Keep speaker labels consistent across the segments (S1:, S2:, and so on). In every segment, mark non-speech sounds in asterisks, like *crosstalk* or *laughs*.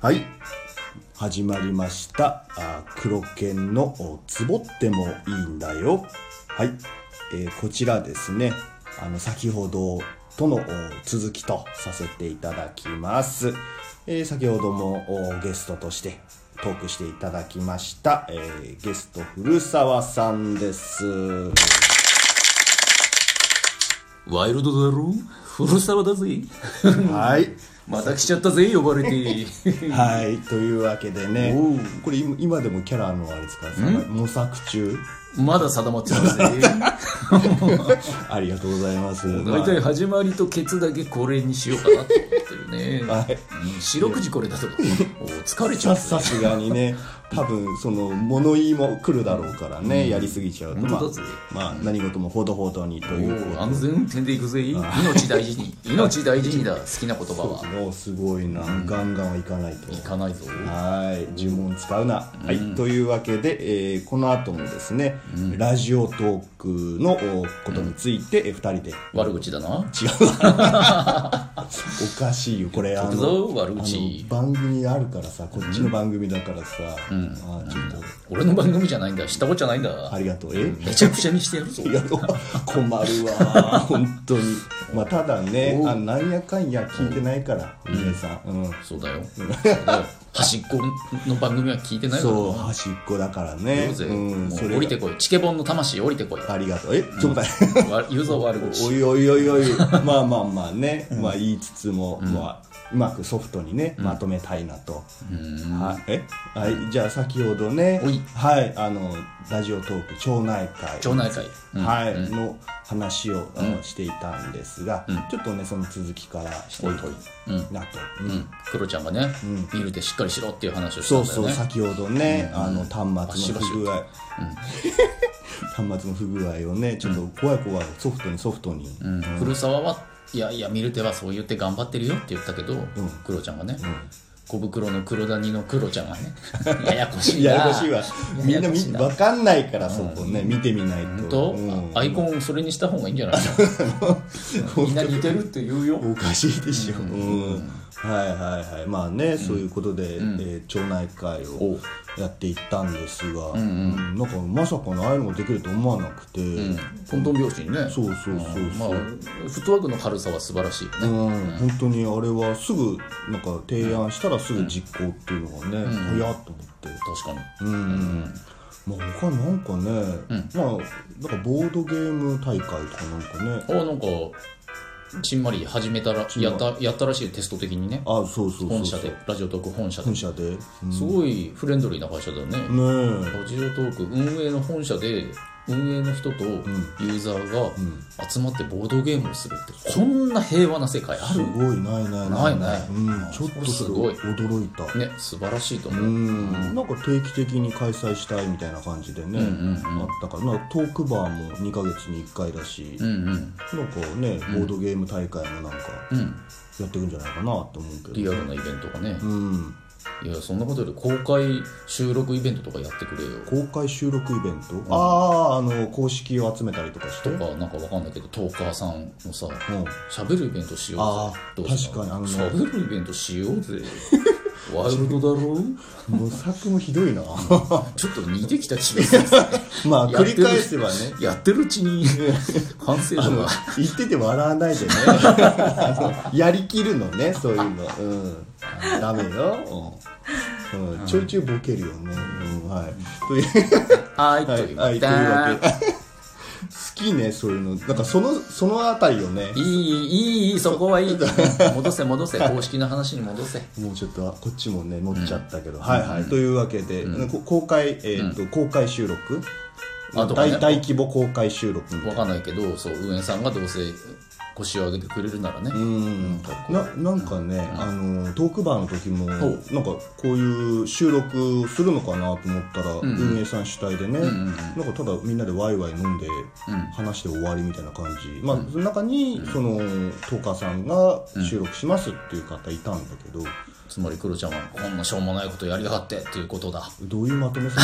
S1: はい始まりましたあ黒犬のお「つぼってもいいんだよ」はい、えーこちらですねあの先ほどとのお続きとさせていただきます、えー先ほどもおゲストとしてトークしていただきました、えーゲスト古澤さんです
S2: ワイルドだろ古沢だぜ。
S1: はい
S2: また来ちゃったぜ、呼ばれ *laughs* て。
S1: はいというわけでね
S2: おう
S1: これ今今でもキャラのあれですか模索中
S2: まだ定まってません。
S1: ありがとうございます
S2: 大体始まりとケツだけこれにしようかなと思ってるね。
S1: はい
S2: うん四六時これだと、お疲れちゃ
S1: さ
S2: う。
S1: さすがに
S2: *laughs*
S1: ね多分その物言いも来るだろうからね、やりすぎちゃうとまあ
S2: 本当だぜ、
S1: まあ、何事もほどほどにと
S2: お
S1: いう
S2: う安全運転で行くぜ。命大事に。命大事にだ。好きな言葉は。
S1: もうすごいな、ガンガンはいかないと
S2: 行かないぞ。
S1: はい呪文使うな、はい、というわけで、えーこの後もですね、ラジオトークのおことについて、えー二人で
S2: 悪口だな。
S1: 違う
S2: *laughs*
S1: おかしいよこれあ
S2: 行く
S1: の
S2: ぞ、悪口。
S1: あの番組あるからさこっちの番組だからさ、あーちょっと、
S2: 俺の番組じゃないんだ。知ったことじゃないん
S1: あ
S2: だ。
S1: りがとうえ、
S2: めちゃくちゃにしてやるぞ。
S1: いや困る
S2: *laughs*
S1: わ本当にまあただねあなんやかんや聞いてないから皆さん、うん
S2: そうだよ。そうだよ端っこの番組は聞いてないからな
S1: そう端っこだから
S2: ど
S1: ね
S2: うぜ、
S1: ん
S2: も
S1: そうれ
S2: 降りてこいチケボンの魂降りてこい
S1: ありがとうえちょっと待って、
S2: わ言うぞ悪口
S1: *laughs* おいおいおい
S2: *laughs*
S1: おいまあまあまあね、まあ言いつつも、まあうまくソフトにね、まとめたいなと、はいえはいじゃあ先ほどね
S2: おい
S1: はいあのラジオトーク町内会
S2: 町内会、うん
S1: はい、の話を、あのしていたんですが、ちょっとねその続きからしていきなと、うん
S2: うん、クロちゃんがね、ビールでしっかりしろっていう話をした
S1: そ
S2: ん
S1: う
S2: だ
S1: そ
S2: よ
S1: う、
S2: ね
S1: 先ほどね、あの端末の不具合、 *laughs* 端末の不具合をねちょっと怖い怖いソフトにソフトに、
S2: うん古沢はいやいや見る手はそう言って頑張ってるよって言ったけど、クロちゃんがね、小袋の黒谷のクロちゃんがね
S1: *laughs*
S2: ややこしいな
S1: ややこしいわみんなみ
S2: ややこしいな
S1: 分かんないからそこね、見てみないと
S2: と、
S1: うん
S2: アイコンをそれにした方がいいんじゃ
S1: *laughs*
S2: ないのみんな似てるって言うよ
S1: おかしいでしょ、うんはいはいはいまあね、そういうことで、えー町内会をやっていったんですが、うんなんかまさかのああいうのができると思わなくて、
S2: トントン拍子にね
S1: そうそうそう
S2: ま
S1: そ
S2: あ
S1: う、
S2: フットワークの軽さは素晴らしいよね
S1: うん本当にあれはすぐなんか提案したらすぐ実行っていうのがね、早っと思って
S2: 確かに
S1: うん、まあ他なんかね、まあなんかボードゲーム大会とかなんかね
S2: あなんかちんまり始めたら
S1: んま
S2: やったやったらしいテスト的にね
S1: あそうそうそうそう
S2: 本社でラジオトーク本社で
S1: 本社で、うん
S2: すごいフレンドリーな会社だよね、
S1: ねえ
S2: ラジオトーク運営の本社で運営の人とユーザーが集まってボードゲームをするってこんな平和な世界あ
S1: すごいないないない
S2: ないね
S1: うん、ちょっとそれ
S2: すごい
S1: 驚いた
S2: るね素晴らしいと思
S1: う
S2: う、
S1: んなんか定期的に開催したいみたいな感じでね、あったからなんかトークバーも2ヶ月に1回だし、
S2: うん、うん
S1: なんかねボードゲーム大会もなんか
S2: うん
S1: やっていくんじゃないかなって思うけ
S2: リ
S1: ど
S2: アルなイベントがね、
S1: うん
S2: いやそんなことより公開収録イベントとかやってくれよ
S1: 公開収録イベント、あああの公式を集めたりとかして
S2: とかなんかわかんないけどトーカーさんのさ、
S1: うん
S2: 喋るイベントしよ
S1: あ
S2: う
S1: ー
S2: ぜ。どうしよう
S1: 確かにあのね
S2: 喋るイベントしようぜ。ワイルドだろ
S1: *laughs* 模索もひどいな
S2: ちょっと似てきた気がする。
S1: *laughs* まあ
S2: やっ
S1: 繰
S2: て
S1: り
S2: る
S1: 返せばね
S2: やってるうちに反省
S1: あ
S2: と
S1: の
S2: か。
S1: 言ってて笑わ *laughs* ないでねあのやりきるのねそういうの、うん、ダメよ、うんうんちょいちょいボケるよね、うん、はいという
S2: はい、
S1: は
S2: と
S1: い、
S2: いう
S1: は
S2: わ
S1: い、
S2: け
S1: と
S2: で
S1: いうわけ *laughs* 好きねそういうのなんかそのそのあたりをね
S2: いい、いい、いい、そこはいい。戻せ、戻せ。公式の話に戻せ。
S1: もうちょっとこっちもね乗っちゃったけど、はいはい、というわけで、こ公開、えーと公開収録
S2: あとかね
S1: 大大規模公開収録みたい
S2: わ
S1: な
S2: かんないけど、そう、運営さんがどうせ腰を上げてくれるならね。
S1: うんななんかね、あのトークバーの時もなん
S2: う
S1: かこういう収録するのかなと思ったら、運営さん主体でね、なんかただみんなでワイワイ飲んで、話して終わりみたいな感じ、まあ、その中に、そのトーカーさんが収録しますっていう方いたんだけど、
S2: つまり、クロちゃんは、こんなしょうもないことやりやがってっていうことだ。
S1: どういうまとめさ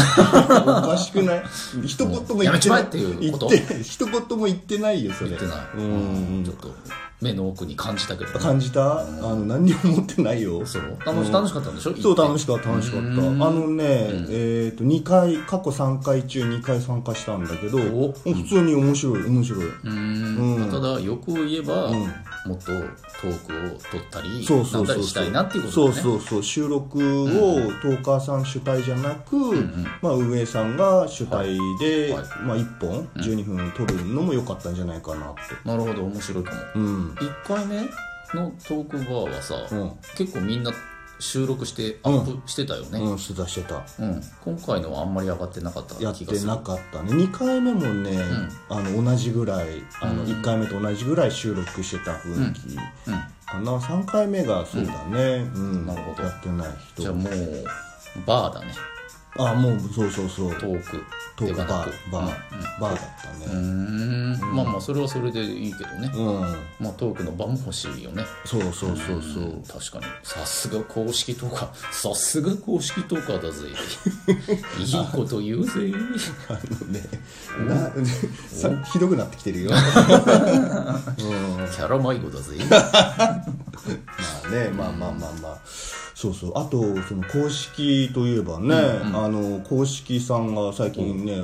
S1: おかしくない一言も言って
S2: やめち
S1: な
S2: まえ
S1: い
S2: っていうこと
S1: 言って一言も言ってないよそれ
S2: 言ってない
S1: うんうん
S2: ちょっっと目の奥に感じたけど、ね、
S1: 感じた、あの何にも持ってないよ
S2: そう楽し楽しかったんでしょ
S1: そう楽
S2: し
S1: しかった楽しかったあ
S2: うん
S1: のね、えっ、と2回過去3回中2回参加したんだけど
S2: お
S1: 普通に面白い面白い、
S2: うん、ただ欲を言えば、
S1: うん
S2: もっとトークを取ったり
S1: そうそうそ
S2: なん
S1: う
S2: だ
S1: そう
S2: りしたいなっていうことだね
S1: そうそうそう収録をトーカーさん主体じゃなく、まあ、運営さんが主体で、
S2: はい
S1: まあ、1本12分撮るのも良かったんじゃないかなって
S2: なるほど面白いかも
S1: うん
S2: 1回目のトークバーはさ、
S1: うん
S2: 結構みんな収録してアップしてたよね、
S1: うんしてたしてた
S2: うん、今回のはあんまり上がってなかった気
S1: や
S2: が
S1: っ
S2: す
S1: て
S2: る
S1: なかったね2回目もね、あの同じぐらいあの1回目と同じぐらい収録してた雰囲気
S2: うん、
S1: かな、3回目がそうだねうん、
S2: なるほど
S1: やってない
S2: じゃあ
S1: 人
S2: もうバーだね
S1: あもうそうそうそう
S2: トーク
S1: トー
S2: で
S1: ク
S2: はな
S1: バ
S2: く
S1: ーバーバーだったね、
S2: うんうーんまあまあそれはそれでいいけどね、
S1: うん
S2: まあトークの場も欲しいよね
S1: そうそうそうそう、
S2: ん確かにさすが公式トーカーさすが公式トーカー
S1: *laughs*
S2: だぜいいこと言うぜ
S1: あのねな *laughs* さひどくなってきてるよ *laughs* うんま
S2: キャラ迷子
S1: *laughs*
S2: だぜ
S1: あねまあまあまあまあそうそうあとその公式といえばね、あの公式さんが最近ね、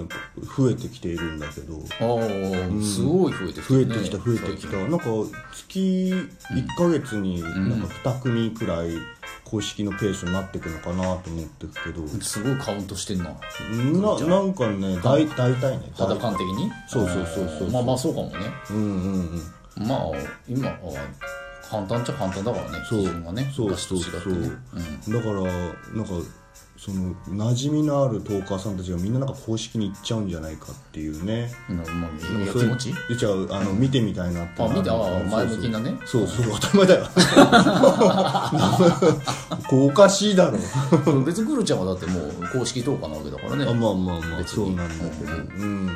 S1: 増えてきているんだけど
S2: ああすごい増えてきた、
S1: 増
S2: ね
S1: えてきた増えてきた、なんか月1ヶ月になんか2組くらい公式のペースになっていくのかなと思ってるけど、
S2: 最近すごいカウントしてんな
S1: ななんかねだい大体ね
S2: 肌感的に
S1: そうそうそうそう
S2: あーまあまあそうかもね
S1: うんうんうん
S2: まあ今は簡単っちゃ簡単だからね
S1: そう
S2: 基準がね
S1: そうそう
S2: 昔
S1: そう
S2: と違ってね
S1: だからなんかその馴染みのあるトーカーさんたちがみんななんか公式に行っちゃうんじゃないかっていうね
S2: うんまあいや
S1: そう
S2: 気持
S1: *laughs*
S2: ち
S1: いや違うあの、見てみたいなって
S2: あ見てあ
S1: そうそう
S2: 前向きなね
S1: そうそう当たり前
S2: *laughs*
S1: だよこうおかしいだろ
S2: うん別にクロちゃんはだってもう公式投下なわけだからね
S1: あまあまあまあ
S2: *laughs* 別に
S1: そうなんだけどうん、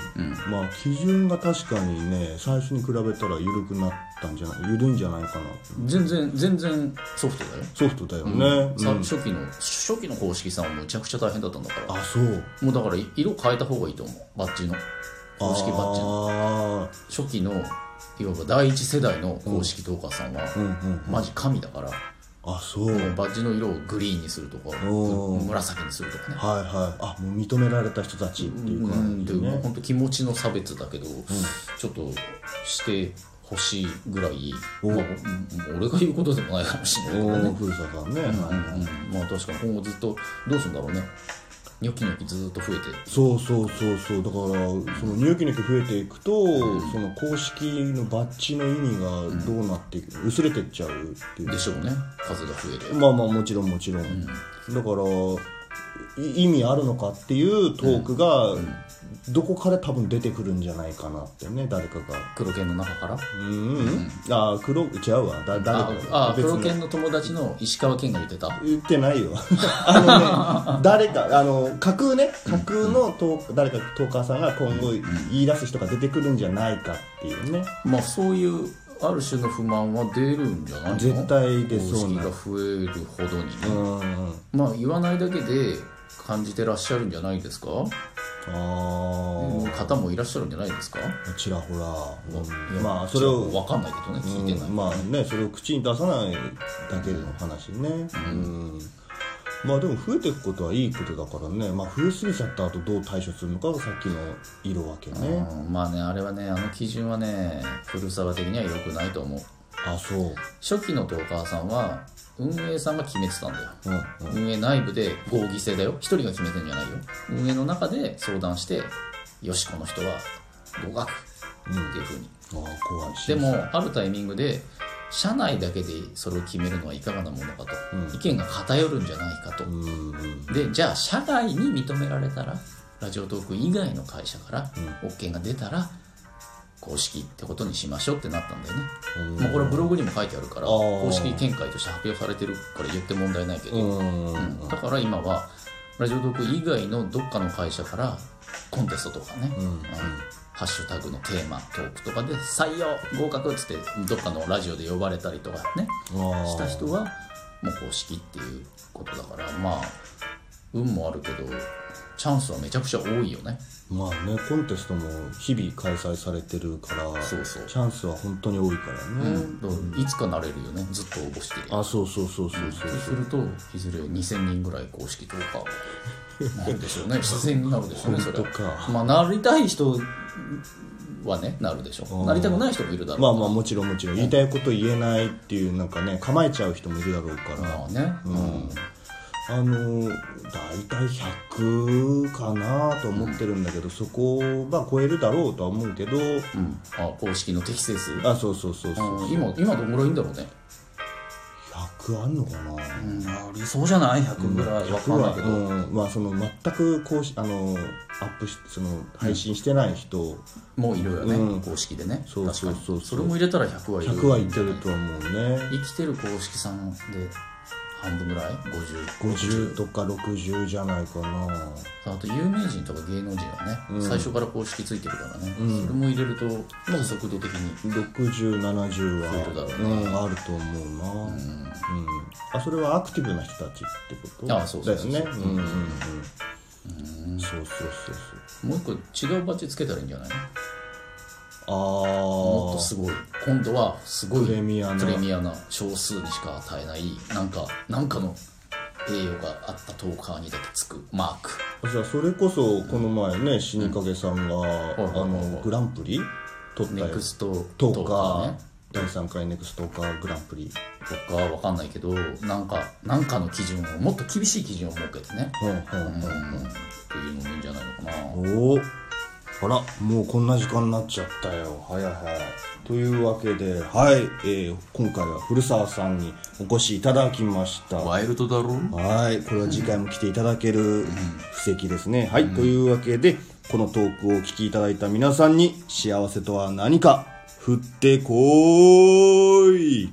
S1: まあ基準が確かにね最初に比べたら緩くなったんじゃない緩いんじゃないかな
S2: 全然全然ソフトだよ、
S1: ソフトだよね、
S2: さ
S1: うん
S2: 初期の初期の公式さんはむちゃくちゃ大変だったんだから
S1: あそう
S2: もうだから色変えた方がいいと思うバッジの公式バッジの
S1: ああ
S2: 初期のいわば第一世代の公式投下さんは、マジ神だから、
S1: あそう、
S2: もうバッジの色をグリーンにするとか
S1: おー
S2: 紫にするとかね
S1: はいはいあもう認められた人たちっていう感じでね、
S2: 本当気持ちの差別だけど、ちょっとしてほしいぐらい、まあうん俺が言うことでもないかもしれないけど
S1: 大
S2: ね、
S1: 古さんね、はいはい
S2: うんまあ確かに今後ずっとどうするんだろうねニョキニョキずっと増えて
S1: そうそうそうそうだからその入気の気増えていくと、その公式のバッジの意味がどうなっていく、薄れてっちゃうっていう
S2: でしょうね数が増えて
S1: まあまあもちろんもちろん、だからい意味あるのかっていうトークが、どこかで多分出てくるんじゃないかなってね誰かが
S2: 黒犬の中から
S1: うん、うん、ああ黒違うわだ誰
S2: あ
S1: か
S2: あ
S1: 別の
S2: 黒犬の友達の石川県が言ってた
S1: 言ってない *laughs* よあのね誰かあの架空ね架空のトー誰かトーカーさんが今後言い出す人が出てくるんじゃないかっていうね
S2: まあそういうある種の不満は出るんじゃないの
S1: 絶対出そうな
S2: 公式が増えるほどにね、
S1: うんあ
S2: まあ言わないだけで感じてらっしゃるんじゃないですか
S1: あ
S2: 方もいらっしゃるんじゃないですか、
S1: ちらほら、うん
S2: いや
S1: まあそれを
S2: 分かんないけどね聞いてない、
S1: うんまあねそれを口に出さないだけの話ねうん、まあでも増えていくことはいいことだからね、まあ、増えすぎちゃった後どう対処するのかがさっきの色分けね
S2: うんまあねあれはねあの基準はね古澤的には良くないと思う
S1: あそう
S2: 初期のトーカーさんは運営さんが決めてたんだよ
S1: うんうん
S2: 運営内部で合議制だよ一人が決めてんじゃないよ運営の中で相談してよしこの人は合格っていうふうに、
S1: ああ怖いし
S2: でもあるタイミングで社内だけでそれを決めるのはいかがなものかと、意見が偏るんじゃないかと、
S1: うんうん
S2: でじゃあ社外に認められたらラジオトーク以外の会社から OK が出たら公式ってことにしましょうってなったんだよね、まあ、これブログにも書いてあるから
S1: あー
S2: 公式見解として発表されてるから言って問題ないけど、
S1: うん
S2: うんだから今はラジオトーク以外のどっかの会社からコンテストとかね、うんハッシュタグのテーマトークとかで採用合格っつってどっかのラジオで呼ばれたりとかね
S1: ああ
S2: した人はもう公式っていうことだからまあ運もあるけどチャンスはめちゃくちゃ多いよね
S1: まあねコンテストも日々開催されてるから
S2: そうそう
S1: チャンスは本当に多いからね、
S2: だからいつかなれるよねずっと応募してる
S1: あそうそうそうそうそう、
S2: そうするといずれ2000人ぐらい公式投下なるでしょう *laughs* ね自然になるでしょうねそれは
S1: 本当か
S2: まあなりたい人はねなるでしょうなりたくない人もいるだろう
S1: まあまあもちろんもちろん言いたいこと言えないっていうなんかね構えちゃう人もいるだろうから、
S2: まあね、うん
S1: あの大体100かなと思ってるんだけど、そこは超えるだろうとは思うけど、
S2: うんあ公式の適正数
S1: あそうそうそうそう、
S2: うん今今どんぐらいいんだろうね
S1: 100あんのかな、
S2: ありそうじゃない100ぐらいわ
S1: 100
S2: かんない
S1: は、
S2: け
S1: う
S2: ど、
S1: んまあ、その全くこうしあのアップしその配信してない人、
S2: もういるよね、
S1: うん
S2: 公式でね
S1: そうそうそう
S2: 確かにそれも入れたら100はいる
S1: 100はいってるとは思うね
S2: 生きてる公式さんで半分ぐらい50
S1: 50とか60じゃないかな
S2: あと有名人とか芸能人はね、最初から公式ついてるからね、それも入れると加速度的に
S1: 6070は
S2: 増えるだろうね
S1: ん、あると思うな、うんあそれはアクティブな人たちってこと
S2: あそうそうそう
S1: だよねうんうんうん、そうそうそう
S2: もう一個違うバッジつけたらいいんじゃない
S1: そう
S2: もっと
S1: あ
S2: すごい今度はすごい
S1: プレミアな
S2: プレミアな少数にしか与えないなんかなんかの栄誉があったトーカーにだけつくマーク
S1: あじゃあそれこそこの前ね死にかけさんが、
S2: いはい
S1: あのグランプリ取ったよ
S2: ネクスト
S1: ト
S2: ト
S1: ー
S2: ー
S1: カ
S2: カ
S1: ー
S2: ーね
S1: 第3回ネクストーカーグランプリ
S2: とかは分かんないけどなんかなんかの基準をもっと厳しい基準を設けてね、
S1: ほうほう
S2: うん、
S1: ほう
S2: っていうのもいいんじゃないのかな
S1: おおあらもうこんな時間になっちゃったよ早い早いというわけではい、えー今回は古澤さんにお越しいただきましたは
S2: ワイルドだろ
S1: いこれは次回も来ていただける布石ですねはい、というわけでこのトークをお聞きいただいた皆さんに幸せとは何か振ってこーい